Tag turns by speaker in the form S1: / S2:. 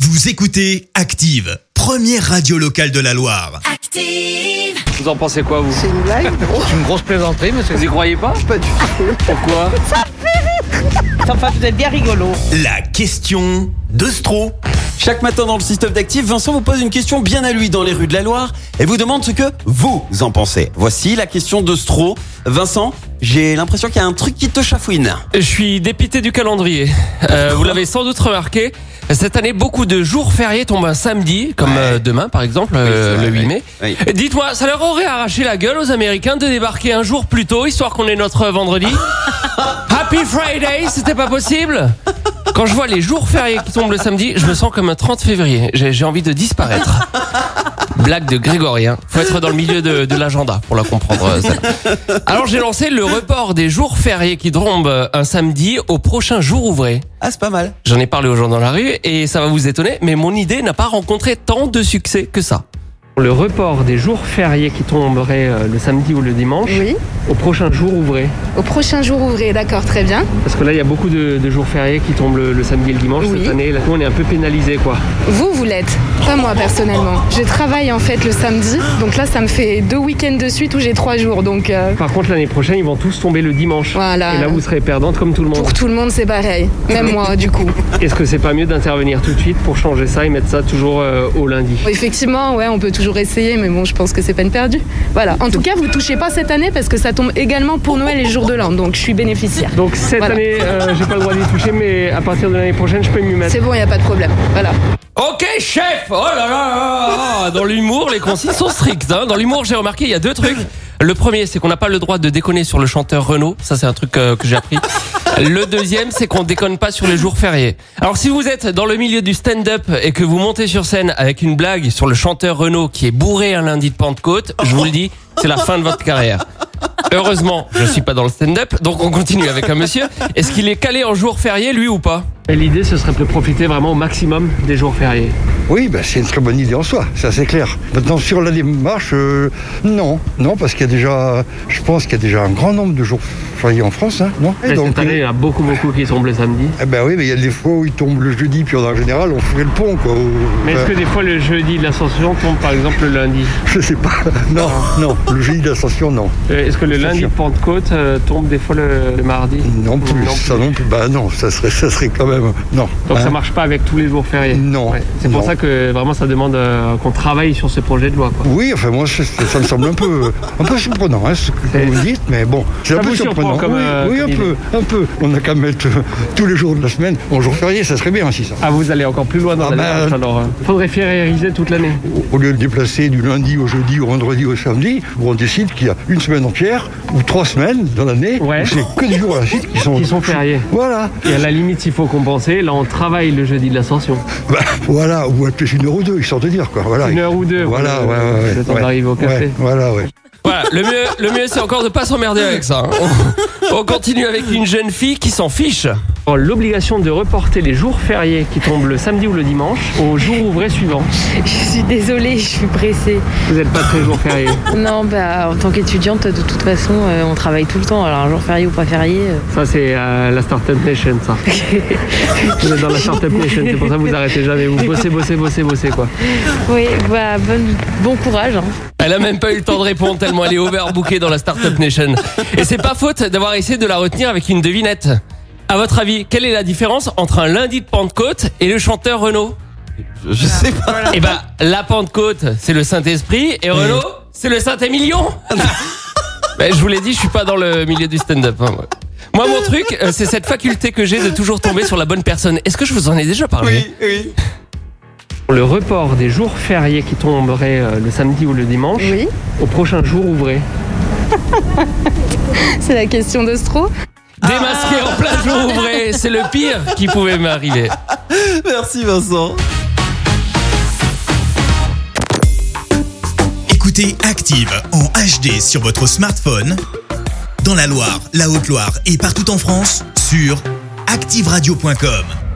S1: Vous écoutez Active, première radio locale de la Loire.
S2: Active.
S3: Vous en pensez quoi, vous
S4: C'est une blague
S5: C'est une grosse plaisanterie, monsieur.
S3: Vous y croyez pas
S4: Pas du tout.
S3: Pourquoi
S4: Enfin, vous êtes bien rigolo.
S1: La question de Stro.
S6: Chaque matin dans le système d'actifs, Vincent vous pose une question bien à lui dans les rues de la Loire et vous demande ce que vous en pensez. Voici la question de Stro. Vincent, j'ai l'impression qu'il y a un truc qui te chafouine.
S7: Je suis dépité du calendrier. Euh, vous l'avez sans doute remarqué. Cette année, beaucoup de jours fériés tombent un samedi, comme
S6: Ouais.
S7: euh, demain par exemple, euh,
S6: c'est vrai,
S7: le 8
S6: oui.
S7: mai.
S6: Oui.
S7: Et Dites-moi, ça leur aurait arraché la gueule aux Américains de débarquer un jour plus tôt, histoire qu'on ait notre euh, vendredi Happy Friday, c'était pas possible Quand je vois les jours fériés qui tombent le samedi, je me sens comme un 30 février. J'ai j'ai envie de disparaître. Blague de Grégorien. Faut être dans le milieu de, de l'agenda pour la comprendre. euh, celle-là. Alors j'ai lancé le report des jours fériés qui tombent euh, un samedi au prochain jour ouvré.
S6: Ah, c'est pas mal.
S7: J'en ai parlé aux gens dans la rue et ça va vous étonner, mais mon idée n'a pas rencontré tant de succès que ça. Le report des jours fériés qui tomberaient euh, le samedi ou le dimanche
S8: Oui,
S7: au prochain jour ouvré.
S8: au prochain jour ouvré, d'accord, très bien.
S7: Parce que là, il y a beaucoup de, de jours fériés qui tombent le, le samedi et le dimanche
S8: Oui.
S7: cette année. Là, nous, on est un peu pénalisé, quoi.
S8: Vous, vous l'êtes, pas moi personnellement. Je travaille en fait le samedi, donc là, ça me fait deux week-ends de suite où j'ai trois jours, donc euh,
S7: Par contre, l'année prochaine, ils vont tous tomber le dimanche.
S8: Voilà.
S7: Et là, vous serez perdante comme tout le monde.
S8: pour tout le monde, c'est pareil. Même moi, du coup.
S7: Est-ce que c'est pas mieux d'intervenir tout de suite pour changer ça et mettre ça toujours euh, au lundi
S8: Effectivement, ouais, on peut toujours essayer, mais bon, je pense que c'est peine perdue. Voilà. En tout cas, vous touchez pas cette année parce que ça tombe également pour Noël et le jour de l'an, donc je suis bénéficiaire.
S7: Donc cette
S8: Voilà.
S7: année, euh, j'ai pas le droit d'y toucher, mais à partir de l'année prochaine, je peux m'y mettre.
S8: C'est bon, il n'y a pas de problème. Voilà.
S7: Ok chef Oh là là là là Dans l'humour, les consignes sont strictes. hein. Dans l'humour, j'ai remarqué, il y a deux trucs. Le premier, c'est qu'on n'a pas le droit de déconner sur le chanteur Renaud. Ça, c'est un truc euh, que j'ai appris. Le deuxième, c'est qu'on déconne pas sur les jours fériés. Alors, si vous êtes dans le milieu du stand-up et que vous montez sur scène avec une blague sur le chanteur Renaud qui est bourré un lundi de Pentecôte, je vous le dis, c'est la fin de votre carrière. Heureusement, je suis pas dans le stand-up, donc on continue avec un monsieur. Est-ce qu'il est calé en jour férié, lui ou pas
S9: L'idée, ce serait de profiter vraiment au maximum des jours fériés.
S10: Oui, bah, c'est une très bonne idée en soi, ça c'est clair. Maintenant, sur la démarche, euh, non, non, parce qu'il y a déjà, je pense qu'il y a déjà un grand nombre de jours fériés en France, hein, non
S9: Et cette année, il y en a beaucoup, beaucoup qui tombent le samedi.
S10: eh ben oui, mais il y a des fois où ils tombent le jeudi, puis en général, on ferait le pont, quoi. ou-
S9: Mais
S10: euh,
S9: est-ce que des fois, le jeudi de l'ascension tombe, par exemple, le lundi
S10: Je sais pas. Non, non, le jeudi d'ascension, non.
S9: Euh, Est-ce que le lundi de
S10: sûr.
S9: Pentecôte euh, tombe des fois le, le mardi
S10: Non plus, ça non plus. Bah non, ça serait, ça serait quand même, non.
S9: Donc
S10: hein.
S9: ça marche pas avec tous les jours fériés
S10: Non,
S9: Ouais. C'est pour
S10: non.
S9: ça que vraiment, ça demande euh, qu'on travaille sur ce projet de loi. Quoi.
S10: Oui, enfin moi, ça, ça me semble un peu, un peu surprenant, hein, ce que vous dites, mais bon, c'est
S9: Ça
S10: un peu
S9: vous surprend
S10: surprenant.
S9: comme,
S10: oui,
S9: euh,
S10: oui,
S9: comme
S10: un
S9: idée.
S10: peu, un peu. On a qu'à mettre euh, tous les jours de la semaine en jour férié, ça serait bien aussi ça.
S9: Ah, vous allez encore plus loin dans
S10: Ah
S9: la
S10: bah,
S9: démarche, alors. euh. Faudrait fériériser toute l'année.
S10: Au lieu de déplacer du lundi au jeudi, au vendredi au samedi, où on décide qu'il y a une semaine entière ou trois semaines dans l'année,
S9: Ouais.
S10: où c'est que des jours à la suite qui sont,
S9: Qui sont fériés.
S10: Voilà,
S9: Et à la limite, s'il faut compenser, là, on travaille le jeudi de l'ascension.
S10: Bah, voilà, ou peut-être une heure ou deux, histoire de dire quoi. Voilà.
S9: Une heure ou deux.
S10: Ah Voilà,
S9: euh,
S10: ouais, ouais, ouais,
S9: Le temps
S10: ouais.
S9: d'arriver au café.
S10: Ouais, voilà, ouais.
S7: Voilà, le mieux, le mieux c'est encore de pas s'emmerder avec ça. hein. On, on continue avec une jeune fille qui s'en fiche.
S9: Dans L'obligation de reporter les jours fériés qui tombent le samedi ou le dimanche au jour ouvré suivant.
S8: Je suis désolée, je suis pressée.
S9: Vous n'êtes pas très jour férié.
S8: Non, bah, en tant qu'étudiante, de toute façon, on travaille tout le temps. Alors, un jour férié ou pas férié.
S9: Ça, c'est euh, la Startup Nation, ça. vous êtes dans la Startup Nation, c'est pour ça que vous arrêtez jamais. Vous bossez, bossez, bossez, bossez, quoi.
S8: Oui, bah, bon courage. hein.
S7: Elle a même pas eu le temps de répondre tellement elle est overbookée dans la Startup Nation. Et c'est pas faute d'avoir essayé de la retenir avec une devinette. À votre avis, quelle est la différence entre un lundi de Pentecôte et le chanteur Renaud
S6: Je, je sais pas.
S7: Eh ben, la Pentecôte, c'est le Saint-Esprit et Renaud, c'est le Saint-Émilion. Ben, je vous l'ai dit, je suis pas dans le milieu du stand-up. hein, moi. Moi, mon truc, euh, c'est cette faculté que j'ai de toujours tomber sur la bonne personne. Est-ce que je vous en ai déjà parlé
S6: Oui, oui.
S9: Le report des jours fériés qui tomberaient euh, le samedi ou le dimanche
S8: Oui,
S9: au prochain jour ouvré.
S8: c'est la question de Stro.
S7: Démasqué en plein jour ouvré, c'est le pire qui pouvait m'arriver.
S6: Merci Vincent.
S1: Écoutez Active en HD sur votre smartphone, dans la Loire, la Haute-Loire et partout en France, sur activeradio.com.